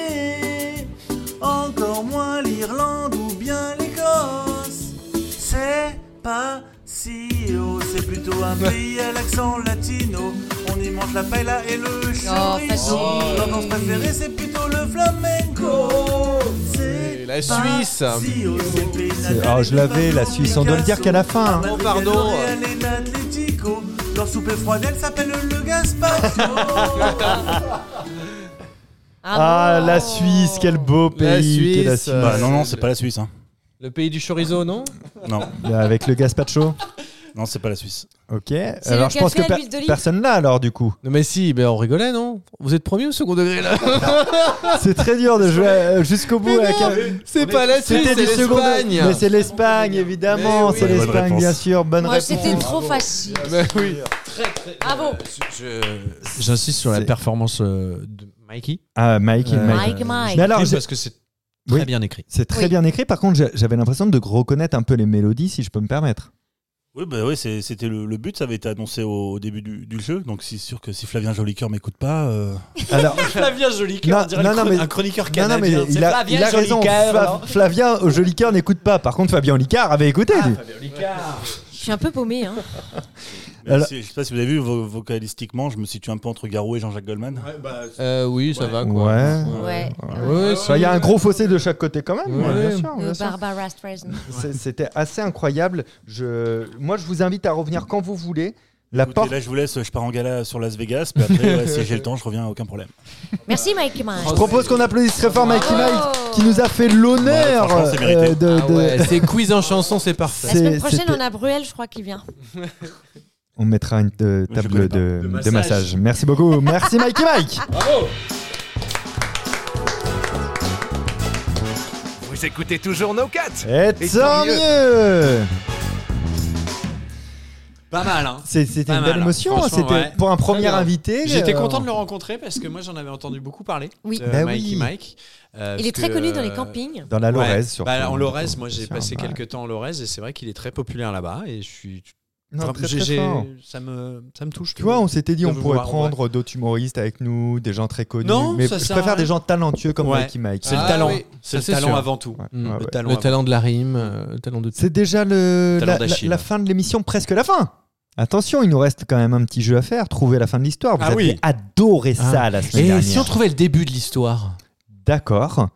Encore moins l'Irlande ou bien l'Écosse. C'est pas si haut, c'est plutôt un pays à l'accent latino. On y mange la paella et le chorizo. facile. Leur danse préférée, c'est plutôt le flamenco. C'est Bah, la pas Suisse. si haut, c'est le pays C'est- Ah, je l'avais, la Suisse. On doit le dire qu'à la fin. hein. Pardon, pardon. Leur soupe est froide, elle s'appelle le gazpacho. Ah, bon la Suisse, quel beau pays. La qu'est la Suisse, Suisse. euh, Bah, non, non, c'est c'est le- pas la Suisse. Hein. Le pays du chorizo, non Non, Avec le gazpacho. non, c'est pas la Suisse. Ok. le Alors, je pense que café à per- l'huile d'olive. personne là, alors, du coup. Non, mais si, ben on rigolait, non Vous êtes premier ou second degré là Ah, C'est très dur de jouer euh, jusqu'au bout. avec un- C'est pas la Suisse, C'était c'est du second. l'Espagne. Mais c'est l'Espagne, évidemment. Mais oui. C'est Bonne l'Espagne, réponse. bien sûr. Bonne Moi, c'était réponse. trop facile. Ah Mais Bah oui. Ah, Bravo. J'insiste sur la C'est- performance euh, de Mikey. Ah, Mike, Euh, Mike. Mike, Mike. Mais alors, Écrit je- parce que c'est Oui. très bien écrit. c'est très Oui. bien écrit. Par contre, j'a- j'avais l'impression de reconnaître un peu les mélodies, si je peux me permettre. Oui, bah, oui c'est- c'était le, le but, ça avait été annoncé au, au début du, du jeu. Donc, c'est sûr que si Flavien Jolicoeur m'écoute pas. euh, Alors, Flavien Non, Jolicoeur, on dirait non, le non, chron- mais- un chroniqueur Non, non, mais canadien. il a, il a raison. Fla- Flavien au joli cœur n'écoute pas. Par contre, Fabien Olicard avait écouté. Ah, Ah, lui. Je suis un peu paumé. Hein. mais Alors- si- je sais pas si vous avez vu, vo- vocalistiquement, je me situe un peu entre Garou et Jean-Jacques Goldman. Euh, oui, ça va quoi. Ouais. Ouais. Ouais, Enfin, Il y a un gros fossé de chaque côté quand même. Ouais. Bien sûr, bien Le sûr. Barbara Streisand. C'est- C'était assez incroyable. Je, moi, je vous invite à revenir quand vous voulez. La Écoutez, porte. là, je vous laisse, je pars en gala sur Las Vegas. Puis après, ouais, si j'ai le temps, je reviens, aucun problème. Merci, Mike, Oh. Mike. Je propose qu'on applaudisse très fort Oh. Mikey Bravo. Oh, Mike qui nous a fait Ouais, l'honneur franchement, c'est mérité. euh, de. Ah de- ouais, c'est quiz en chanson, c'est parfait. La semaine c'est- prochaine, c'était- on a Bruel, je crois, qui vient. on mettra une euh, Je table connais pas. de, De de massage. massage. Merci beaucoup. Merci Mikey Mike. Vous écoutez toujours No Cut Et Et tant tant mieux. Pas mal, hein. C'est- C'était Pas une belle mal, émotion. hein. franchement, C'était ouais. pour un premier Très bien. invité. J'étais euh, content de le rencontrer parce que moi j'en avais entendu beaucoup parler. Oui. de Bah Mikey oui. Mike. Euh, Il parce est très que, connu dans les euh, campings. Dans la ouais. Lorraine, surtout. Bah, en Lorraise, moi j'ai passé quelques quelques temps en Lorraise et c'est vrai qu'il est très populaire là-bas et je suis. Non, Enfin, très, j'ai- très j'ai- fort. ça me ça me touche. Tu vois, on s'était dit De on vous pourrait voir, prendre d'autres humoristes avec nous, des gens très connus. Non, mais ça je sert à préfère rien. des gens talentueux comme Ouais. Mikey Mike. C'est Ah le talent. oui, ça, C'est le c'est talent sûr. avant tout. Ouais, Ah Mm. ouais, ouais. Le talent. Le avant- talent de la rime, euh, le talent de tout. C'est déjà le, Talent la, la- d'Achille. la fin de l'émission, presque la fin. Attention, il nous reste quand même un petit jeu à faire, trouver la fin de l'histoire. Vous Ah avez oui. adoré ça Ah. la semaine Et dernière. si on trouvait le début de l'histoire D'accord.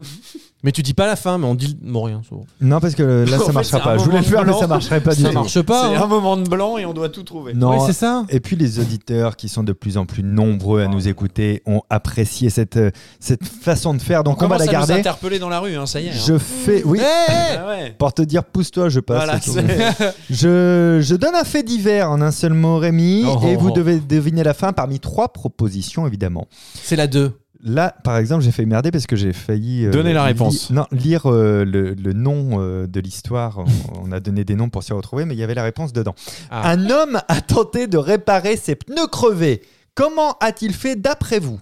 Mais tu dis pas la fin, mais on dit. Bon, rien, c'est bon. Non, parce que là, En ça fait, marchera c'est pas. un Je voulais le moment faire, mais blanc. ça marcherait pas du Ça tout. marche pas. C'est hein. un moment de blanc et on doit tout trouver. Ouais, Non, c'est ça. Et puis les auditeurs qui sont de plus en plus nombreux à nous écouter ont apprécié cette, euh, cette façon de faire, donc on, va commence la à nous garder. interpeller dans la rue, hein, ça y est. hein. Je fais, oui, Ah ouais. pour te dire pousse-toi, je passe. Voilà, c'est tout. c'est- je, je donne un fait divers en un seul mot, Rémi, Oh, et oh, vous oh. devez deviner la fin parmi trois propositions, évidemment. C'est la 2. Là, par exemple, j'ai failli merder parce que j'ai failli. euh, Donner la li- réponse. non, lire euh, le, le nom euh, de l'histoire. On, on a donné des noms pour s'y retrouver, mais il y avait la réponse dedans. Ah. Un homme a tenté de réparer ses pneus crevés. Comment a-t-il fait d'après vous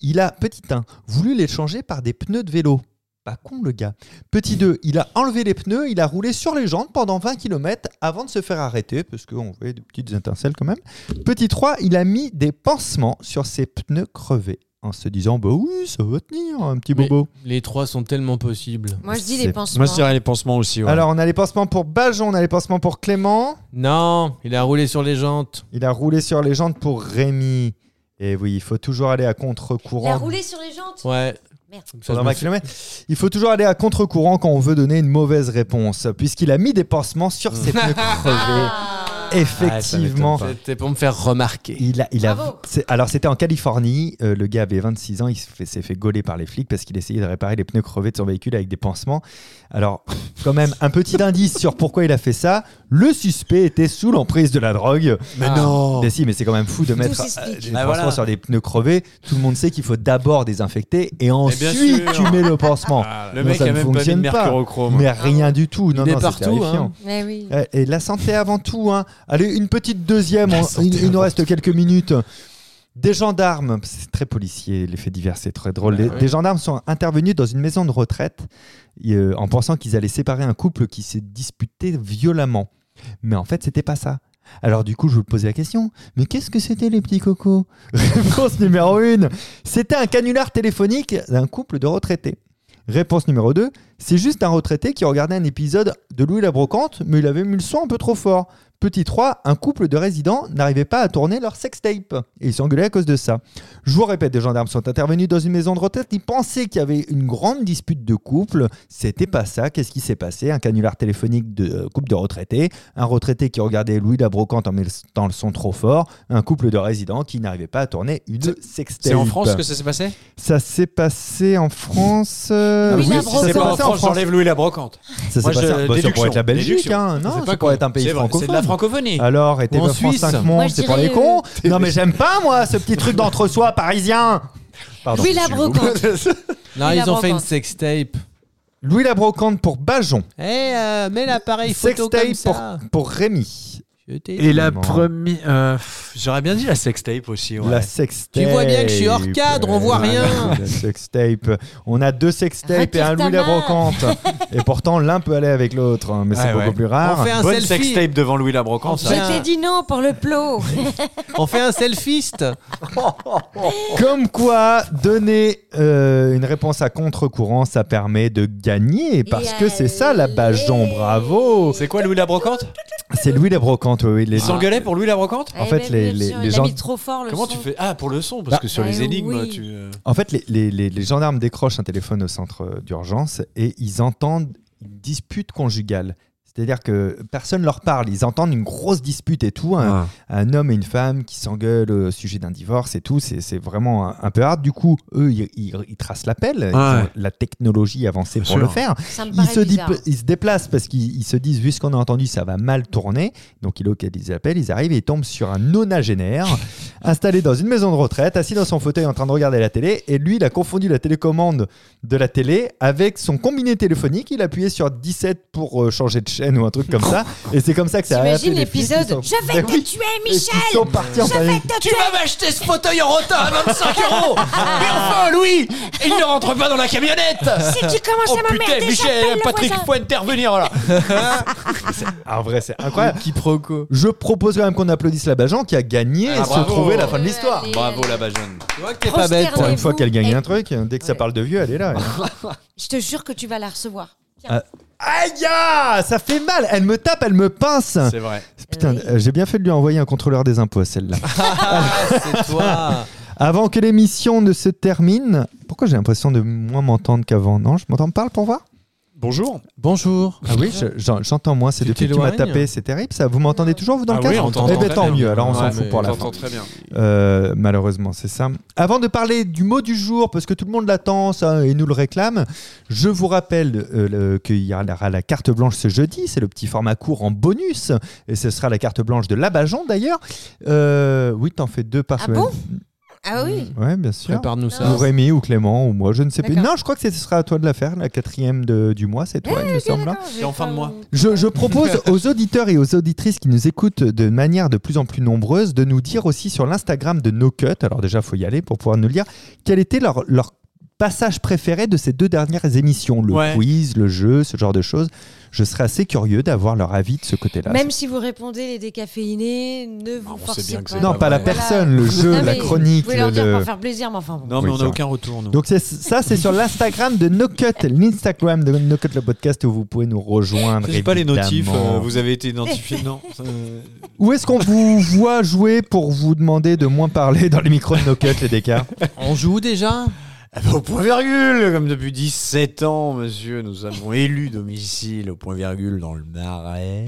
Il a, petit 1, voulu les changer par des pneus de vélo. Pas con le gars. Petit 2, il a enlevé les pneus, il a roulé sur les jambes pendant 20 km avant de se faire arrêter, parce qu'on voyait des petites intercelles quand même. Petit 3, il a mis des pansements sur ses pneus crevés en se disant bah oui ça va tenir un petit Mais- bobo Les trois sont tellement possibles. Moi, je dis C'est- les hein. pansements. Moi je dirais les pansements aussi. ouais. alors on a les pansements pour Bajon on a les pansements pour Clément Non, il a roulé sur les jantes. il a roulé sur les jantes pour Rémi et oui il faut toujours aller à Il a contre-courant roulé sur les jantes. Ouais. Merde. Comme ça, je Pendant me 20 suis- kilomètres. il faut toujours aller à contre-courant quand on veut donner une mauvaise réponse puisqu'il a mis des pansements sur ses Mm. pneus crevés Ah. effectivement C'était pour me faire remarquer. Il a, il a- Bravo. c'est- alors c'était en Californie, euh, le gars avait 26 ans, il se fait- s'est fait gauler par les flics parce qu'il essayait de réparer les pneus crevés de son véhicule avec des pansements. Alors quand même un petit indice sur pourquoi il a fait ça, le suspect était sous l'emprise de la drogue. Mais Ah. non. Mais si, mais c'est quand même fou de mettre s'explique. euh, des Bah pansements voilà. sur des pneus crevés. Tout le monde sait qu'il faut d'abord désinfecter et bien ensuite sûr. Ah, bah. tu mets le pansement. Le Non, mec ça a ne même pas mis de fonctionne pas. mercurochrome. Mais rien du tout, non, Il est non, c'est partout, terrifiant. hein. Mais oui. Euh, Et la santé avant tout. Hein. Allez, une petite deuxième. on- santé il, il nous avant reste quelques minutes. Des gendarmes, c'est très policier, l'effet divers, c'est très drôle. Des, ouais. des gendarmes sont intervenus dans une maison de retraite euh, en pensant qu'ils allaient séparer un couple qui s'est disputé violemment. Mais en fait, c'était pas ça. Alors du coup, je vous pose la question, mais qu'est-ce que c'était les petits cocos Réponse numéro 1, c'était un canular téléphonique d'un couple de retraités. Réponse numéro 2, c'est juste un retraité qui regardait un épisode de Louis la Brocante, mais il avait mis le son un peu trop fort. Petit 3, un couple de résidents n'arrivait pas à tourner leur sextape. Et ils s'engueulaient à cause de ça. Je vous répète, des gendarmes sont intervenus dans une maison de retraite. Ils pensaient qu'il y avait une grande dispute de couple. C'était pas ça. Qu'est-ce qui s'est passé Un canular téléphonique de euh, couple de retraités. Un retraité qui regardait Louis la Brocante en mettant le son trop fort. Un couple de résidents qui n'arrivait pas à tourner une sextape. C'est en France que ça s'est passé Ça s'est passé en France. euh, Ah Louis la ça s'est Brocante. c'est passé pas en France, j'enlève Louis la brocante. ça, c'est Moi, pas je- ça. Bah, ça déduction. pourrait être la Belgique, Déduction. hein. C'est Non, pas ça pourrait con. être un pays C'est vrai, C'est de francophone. la francophonie. Alors, et t'es Ou en pas France Suisse. 5 Moi, monde, je c'est pour dirais, les cons. euh, Non, mais j'aime pas, moi, ce petit truc d'entre-soi parisien. Pardon. Louis la brocante. Là, Il a ils ont fait une brocante. sextape. Louis la brocante pour Bajon. Eh, euh, mets Ah, l'appareil photo comme Sextape pour, ça. pour Rémi. Je t'ai- Et la Non. première. euh, pff, J'aurais bien dit la sextape aussi. Ouais. La sextape. Tu vois bien que je suis hors cadre, on voit rien. La sextape. On a deux sextapes et un Retire ta Louis la main. brocante. et pourtant, l'un peut aller avec l'autre, hein, mais c'est Ouais, beaucoup Ah ouais. plus rare. On fait un Bonne selfie. sextape devant Louis la brocante. Enfin, ça. Je t'ai dit non pour le plot. On fait un selfiste. Comme quoi, donner euh, une réponse à contre-courant, ça permet de gagner. Parce que c'est ça, la Bajon. Bravo. C'est quoi Louis la brocante C'est Louis la brocante, oui. oui, les- Ils Ah. s'engueulaient pour Louis la brocante Eh En fait, les- les- les ben, il gens- a mis trop fort le Comment son. tu fais Ah, pour le son, parce Bah. que sur les Eh énigmes, oui. tu. euh, En fait, les, les- les- les gendarmes décrochent un téléphone au centre euh, d'urgence et ils entendent une dispute conjugale. C'est-à-dire que personne leur parle. Ils entendent une grosse dispute et tout. Un, un homme et une femme qui s'engueulent au sujet d'un divorce et tout. C'est c'est vraiment un, un peu hard. Du coup, eux, ils, ils- ils tracent l'appel. Ils Ah ont ouais. la technologie avancée Bien pour sûr. le faire. Ça me Ils paraît se, dip- bizarre. ils se déplacent parce qu'ils ils se disent, vu ce qu'on a entendu, ça va mal tourner. Donc ils localisent l'appel, ils arrivent et ils tombent sur un nonagénaire installé dans une maison de retraite, assis dans son fauteuil en train de regarder la télé. Et lui, il a confondu la télécommande de la télé avec son combiné téléphonique. Il a appuyé sur 17 pour euh, changer de chaîne ou un truc comme ça. Et c'est comme ça que ça a T'imagines appelé les flics qui l'épisode sont- Je vais Ben te oui. tuer, Et qui Michel sont partis en panique. Tu vas m'acheter ce fauteuil en rota à 25 euros Mais enfin, Louis Il ne rentre pas dans la camionnette Si tu commences Oh à putain, m'emmerder, j'appelle Michel, le Patrick, voisin. faut intervenir là Ah, en vrai, c'est incroyable. Quiproquo. Je propose quand même qu'on applaudisse la Bajan qui a gagné Ah, et se bravo. trouvait la fin de Euh, l'histoire. Allez, Bravo allez. la Bajon Tu vois que t'es pas bête. Posterne. Pour une fois Vous- qu'elle gagne Eh. un truc, hein, dès que ça Ouais. parle de vieux, elle est là. elle. Je te jure que tu vas la recevoir. Aïe, ah, ça fait mal. Elle me tape, elle me pince. C'est vrai. Putain, Oui. euh, j'ai bien fait de lui envoyer un contrôleur des impôts, celle-là. C'est toi. Avant que l'émission ne se termine, pourquoi j'ai l'impression de moins m'entendre qu'avant Non, je m'entends parle pour voir Bonjour. Bonjour. Ah oui, je- j'en- j'entends moins. C'est Tu depuis que tu m'as t'éloignes tapé, c'est terrible. Ça, vous m'entendez toujours vous dans Ah le cadre oui, on t'entend Eh ben très tant bien. mieux. Alors on s'en Ouais, fout mais pour la fin. T'entends très bien. Euh, malheureusement, c'est ça. Avant de parler du mot du jour, parce que tout le monde l'attend ça, et nous le réclame, je vous rappelle euh, le- qu'il y aura la carte blanche ce jeudi. C'est le petit format court en bonus. Et ce sera la carte blanche de Labajon d'ailleurs. Euh, oui, t'en fais deux par Ah semaine. bon Ah oui Ouais, bien sûr. Prépare-nous ça. Ou Rémi ou Clément ou moi, je ne sais plus. D'accord. Eh, Non, je crois que ce sera à toi de la faire, la quatrième de- du mois, c'est toi, il me semble. C'est en fin de mois. Je, je propose aux auditeurs et aux auditrices qui nous écoutent de manière de plus en plus nombreuse de nous dire aussi sur l'Instagram de No Cut, alors déjà faut y aller pour pouvoir nous le dire, quel était leur, leur passage préféré de ces deux dernières émissions, le Ouais. quiz, le jeu, ce genre de choses. Je serais assez curieux d'avoir leur avis de ce côté-là. Même si vous répondez les décaféinés, ne vous on sait forcez bien que pas. c'est non, pas pas la vrai. personne, le Voilà. jeu, Non, la mais Vous chronique, euh, pouvez leur le- dire le- pour faire plaisir, mais enfin bon. Non, mais Oui, on c'est vrai. n'a aucun retour, nous. Donc c'est- ça, c'est sur l'Instagram de No Cut, l'Instagram de No Cut le podcast où vous pouvez nous rejoindre. J'ai pas les notifs, évidemment. euh, vous avez été identifié. Non. euh, Où est-ce qu'on vous voit jouer pour vous demander de moins parler dans les micros de No Cut, les décas On joue déjà Ah bah, Au point virgule, comme depuis 17 ans, monsieur, nous avons élu domicile au point virgule dans le Marais.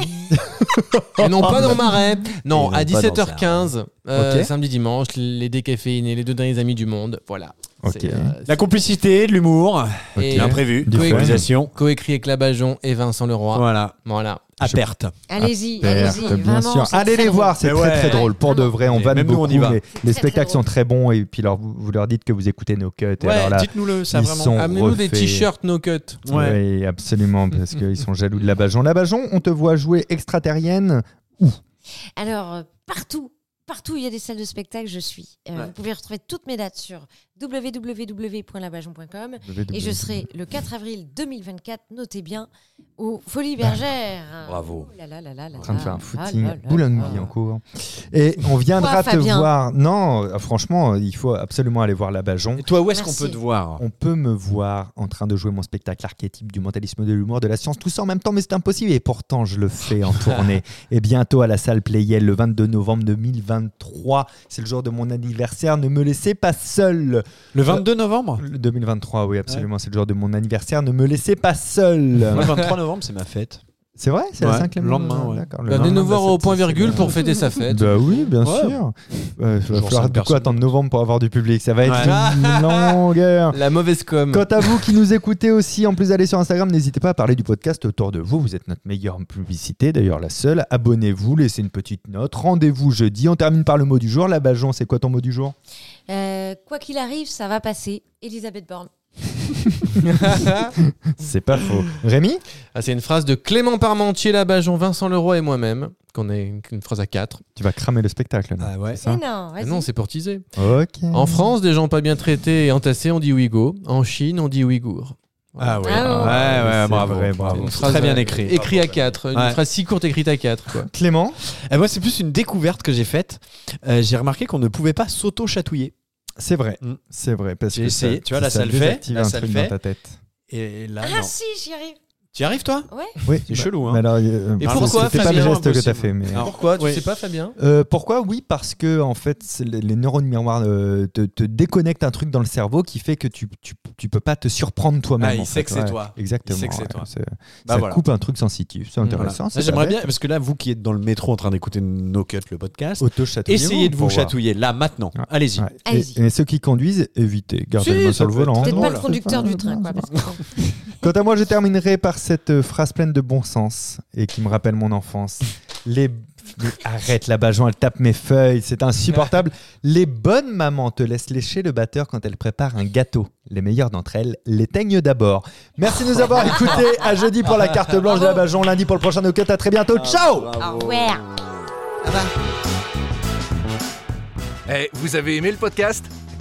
Oh, Et non pas dans Marais. Non, Et à non, pas dans 17h15, euh, Ok. samedi dimanche, les décaféinés, les deux derniers amis du monde. Voilà. Ok. C'est, euh, La complicité, de l'humour, c'est- et l'imprévu, Du l'improvisation. coécrit avec Labajon et Vincent Leroy. Voilà, Voilà. à perte. Allez-y, Certes, allez-y. Ah, bien vraiment, sûr. c'est Allez très les drôle. voir, c'est Mais très ouais. très drôle. Pour de Vraiment. vrai, on Et va même nous, beaucoup. on y va. Les, les très spectacles drôle. sont très bons et puis leur, vous leur dites que vous écoutez nos cuts. et alors là, dites-nous-le, ils sont Amenez-nous des refaits. t-shirts no cut. Ouais. Oui, absolument, parce qu'ils sont jaloux de la Bajon. La Bajon, on te voit jouer extraterrienne. Alors, euh, partout, partout où il y a des salles de spectacle, je suis. Euh, Vous pouvez retrouver toutes mes dates sur www.labajon.com. Et je serai le 4 avril 2024, notez bien, aux Folies Bergères. Bravo. Ouh là là là là là en train de là. faire un Ah footing là là Boulogne là. en cours. Et on viendra Quoi, te Fabien voir. Non, euh, franchement, il faut absolument aller voir la Bajon. Et toi, où est-ce qu'on Merci. peut te voir On peut me voir en train de jouer mon spectacle archétype du mentalisme, de l'humour, de la science, tout ça en même temps, mais c'est impossible. Et pourtant, je le fais en tournée. Et bientôt à la salle Playel, le 22 novembre 2023. C'est le jour de mon anniversaire. Ne me laissez pas seul. Le 22 novembre Le 2023, oui, absolument. C'est le jour de mon anniversaire. Ne me laissez pas seul. Le 23 novembre, c'est ma fête. C'est vrai C'est la Ouais, 5 le lendemain, ouais. D'accord. le Venez lendemain nous de voir la au sortie, point c'est virgule bien. pour fêter sa fête. Bah oui, bien Ouais. sûr. Euh, il va Toujours falloir cinq du coup personnes. attendre novembre pour avoir du public. Ça va être Ouais. une longueur. La mauvaise com. Quant à vous qui nous écoutez aussi, en plus d'aller sur Instagram, n'hésitez pas à parler du podcast autour de vous. Vous êtes notre meilleure publicité, d'ailleurs la seule. Abonnez-vous, laissez une petite note. Rendez-vous jeudi. On termine par le mot du jour. La Bajon, c'est quoi ton mot du jour Euh, quoi qu'il arrive, ça va passer. Elisabeth Borne. C'est pas faux. Rémi Ah, c'est une phrase de Clément Parmentier, Labajon, Vincent Leroy et moi-même. Qu'on est une, une phrase à quatre. Tu vas cramer le spectacle. là. Ah ouais. Ça. Mais Eh non, Eh Mais vas-y. Non, c'est pour teaser. Ah. Ok. En France, des gens pas bien traités et entassés, on dit Ouigo. En Chine, on dit Ouïghour. Ah ouais, Ah ouais, ouais, C'est bravo. vrai, C'est bravo. une phrase, Très bien euh, écrit. Écrit à quatre. Une Ouais. phrase si courte écrite à quatre. Quoi. Clément Et moi, c'est plus une découverte que j'ai faite. Euh, j'ai remarqué qu'on ne pouvait pas s'auto-chatouiller. C'est vrai. Mm. C'est vrai. Parce J'ai que essayé. ça- Tu vois, là, ça ça le fait. désactive Là, un ça le truc fait. dans ta tête. Et là, Ah non. si, j'y arrive. Tu y arrives, toi Ouais. Oui, C'est bah- chelou, hein. mais alors, euh, Et pardon, pourquoi, C'était pas le Fabien, geste que t'as impossible. Ah, fait. Mais... Alors, Pourquoi Tu oui. sais pas, Fabien Euh, pourquoi Oui, parce que en fait, c'est les les neurones miroirs euh, te, te déconnectent un truc dans le cerveau qui fait que tu, tu, tu peux pas te surprendre toi-même. Ah, il en sait fait, que c'est ouais. toi. Exactement. Il sait que c'est toi. c'est- Bah, ça voilà. Mmh, coupe un truc sensitif, c'est Mm, Voilà. intéressant. Ça, c'est J'aimerais pas bien, bête. parce que là, vous qui êtes dans le métro en train d'écouter No Cut, le podcast, Auto-chatouillez-vous essayez de vous pour voir. chatouiller là, maintenant. Ouais. Allez-y. Ouais. Allez-y. Et, et ceux qui conduisent, évitez. Gardez Si, le main ça sur le peut être volant. très Peut-être drôle. pas le conducteur du train, quoi. parce que- Quant à moi, je terminerai par cette euh, phrase pleine de bon sens et qui me rappelle mon enfance. Les... les- Arrête la Bajon, elle tape mes feuilles, c'est insupportable. Les bonnes mamans te laissent lécher le batteur quand elles préparent un gâteau. Les meilleures d'entre elles l'éteignent d'abord. Merci de nous avoir écoutés. À jeudi pour la carte blanche de la Bajon, lundi pour le prochain No Cut. À très bientôt. Ciao Au revoir. Eh, vous avez aimé le podcast Eh